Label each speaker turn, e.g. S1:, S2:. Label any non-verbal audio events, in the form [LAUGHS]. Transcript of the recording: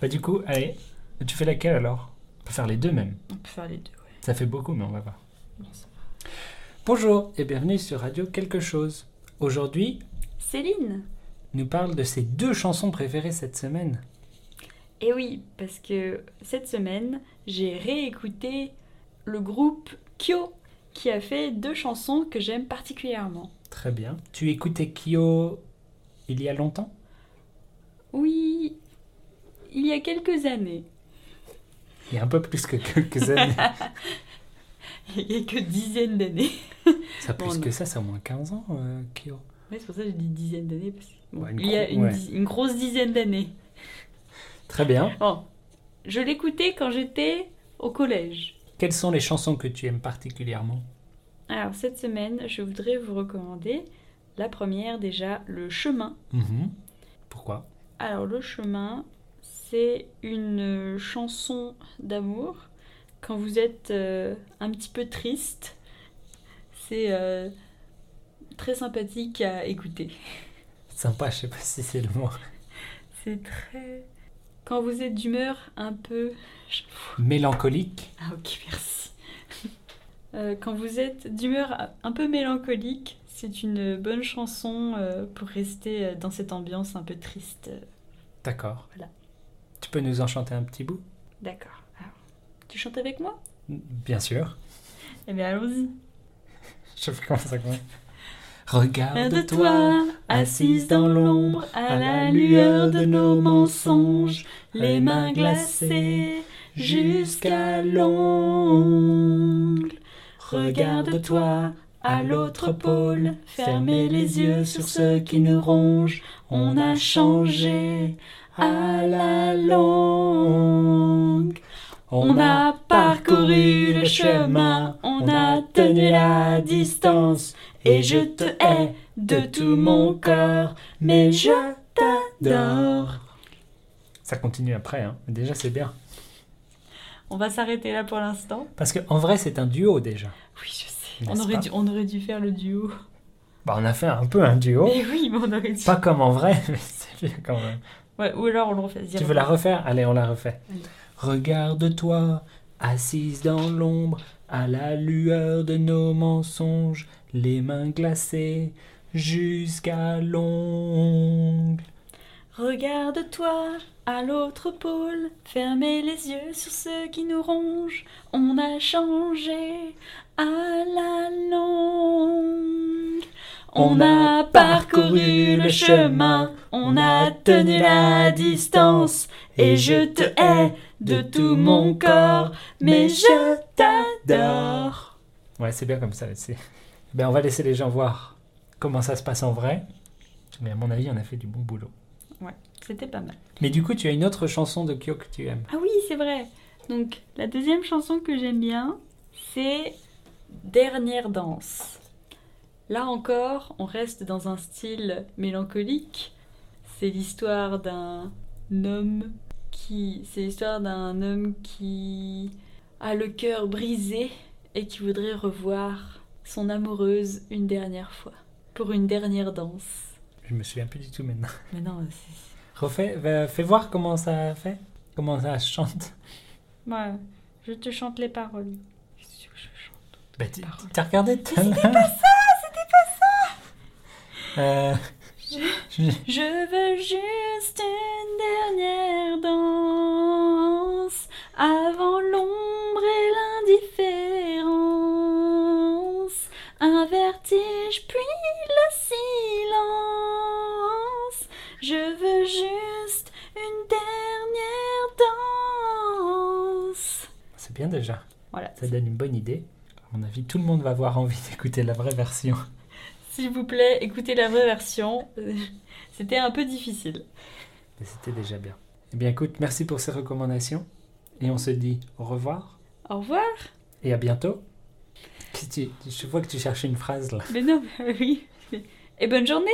S1: Bah, du coup, allez, tu fais laquelle alors On peut faire les deux même.
S2: On peut faire les deux, ouais.
S1: Ça fait beaucoup, mais on va voir.
S2: Bon, ça va.
S1: Bonjour et bienvenue sur Radio Quelque chose. Aujourd'hui,
S2: Céline
S1: nous parle de ses deux chansons préférées cette semaine.
S2: Et Eh oui, parce que cette semaine, j'ai réécouté le groupe Kyo, qui a fait deux chansons que j'aime particulièrement.
S1: Très bien. Tu écoutais Kyo il y a longtemps
S2: Oui, il y a quelques années, [LAUGHS]
S1: Il y a un peu plus que quelques années.
S2: il y a quelques dizaines d'années.
S1: ça a plus
S2: Bon,
S1: que ça, c'est au moins 15 ans, euh, Kyo.
S2: Ouais, c'est pour ça que j'ai dit dizaines d'années. parce que, bon,
S1: Ouais, une
S2: il y a
S1: gro-
S2: une,
S1: ouais.
S2: di- une grosse dizaine d'années.
S1: Très bien.
S2: Bon, je l'écoutais quand j'étais au collège.
S1: Quelles sont les chansons que tu aimes particulièrement
S2: Alors cette semaine, je voudrais vous recommander la première déjà, Le Chemin.
S1: Mhm. Pourquoi
S2: Alors Le Chemin, c'est une euh, chanson d'amour quand vous êtes euh, un petit peu triste. C'est euh, très sympathique à écouter.
S1: Sympa, je sais pas si c'est le mot.
S2: C'est très... Quand vous êtes d'humeur un peu...
S1: Mélancolique
S2: Ah ok, merci. [LAUGHS] Euh, Quand vous êtes d'humeur un peu mélancolique, c'est une bonne chanson euh, pour rester euh, dans cette ambiance un peu triste. euh.
S1: D'accord.
S2: Voilà.
S1: Tu peux nous en chanter un petit bout
S2: D'accord. Alors, tu chantes avec moi
S1: Bien sûr.
S2: Eh bien allons-y.
S1: Je sais plus comment ça commence. Regarde-toi
S2: [LAUGHS] Regarde-toi, assise dans l'ombre, à la lueur de nos mensonges, les mains glacées jusqu'à l'ongle. Regarde-toi à l'autre pôle, fermez les yeux sur ce qui nous ronge, on a changé à la longue. On a parcouru le chemin, on a tenu la distance, et je te hais de tout mon cœur, mais je t'adore.
S1: Ça continue après, hein. déjà c'est bien.
S2: On va s'arrêter là pour l'instant.
S1: Parce qu'en vrai c'est un duo déjà.
S2: Oui, je sais. On
S1: N'est-ce
S2: aurait,
S1: pas
S2: dû, on aurait dû faire le duo.
S1: Bah, on a fait un peu un
S2: [LAUGHS]
S1: duo.
S2: Mais oui, mais on aurait dû.
S1: Pas comme en vrai, [LAUGHS] mais c'est bien quand même.
S2: Ouais, ou alors on le refait.
S1: Tu veux la refaire Allez, on la refait.
S2: Allez.
S1: Regarde-toi, assise dans l'ombre, à la lueur de nos mensonges, les mains glacées jusqu'à l'ongle.
S2: Regarde-toi à l'autre pôle, fermez les yeux sur ce qui nous ronge. On a changé à la longue. On a parcouru le chemin, on a tenu la distance, et je te hais de tout mon corps, mais je t'adore.
S1: Ouais, c'est bien comme ça aussi. Ben, on va laisser les gens voir comment ça se passe en vrai. Mais à mon avis, on a fait du bon boulot.
S2: C'était pas mal.
S1: Mais du coup, tu as une autre chanson de Kyo que tu aimes.
S2: Ah oui, c'est vrai. Donc, la deuxième chanson que j'aime bien, c'est Dernière danse. Là encore, on reste dans un style mélancolique. C'est l'histoire d'un homme qui. C'est l'histoire d'un homme qui a le cœur brisé et qui voudrait revoir son amoureuse une dernière fois. Pour une dernière danse.
S1: Je me souviens plus du tout maintenant. [LAUGHS]
S2: Mais non, c'est.
S1: Refais, va- fais voir comment ça fait, comment ça chante.
S2: Ouais, je te chante les paroles. Qu'est-ce que je chante
S1: Bah, tu-
S2: Pardon.
S1: t'as regardé tout à l'heure C'était pas ça, c'était pas ça [LAUGHS]
S2: Je veux juste une dernière danse avant l'ombre et l'indifférence. Un vertige puis le silence. Je veux juste une dernière danse.
S1: C'est bien déjà,
S2: Voilà.
S1: ça donne une bonne idée. À mon avis, tout le monde va avoir envie [LAUGHS] d'écouter la vraie version.
S2: S'il vous plaît, écoutez la vraie version. Euh, C'était un peu difficile.
S1: Mais c'était déjà bien. Eh bien écoute, merci pour ces recommandations. Et on se dit au revoir
S2: Au revoir.
S1: et à bientôt. Qu'est-ce que tu- je vois que tu cherchais une phrase là.
S2: Mais non, mais oui. Et bonne journée.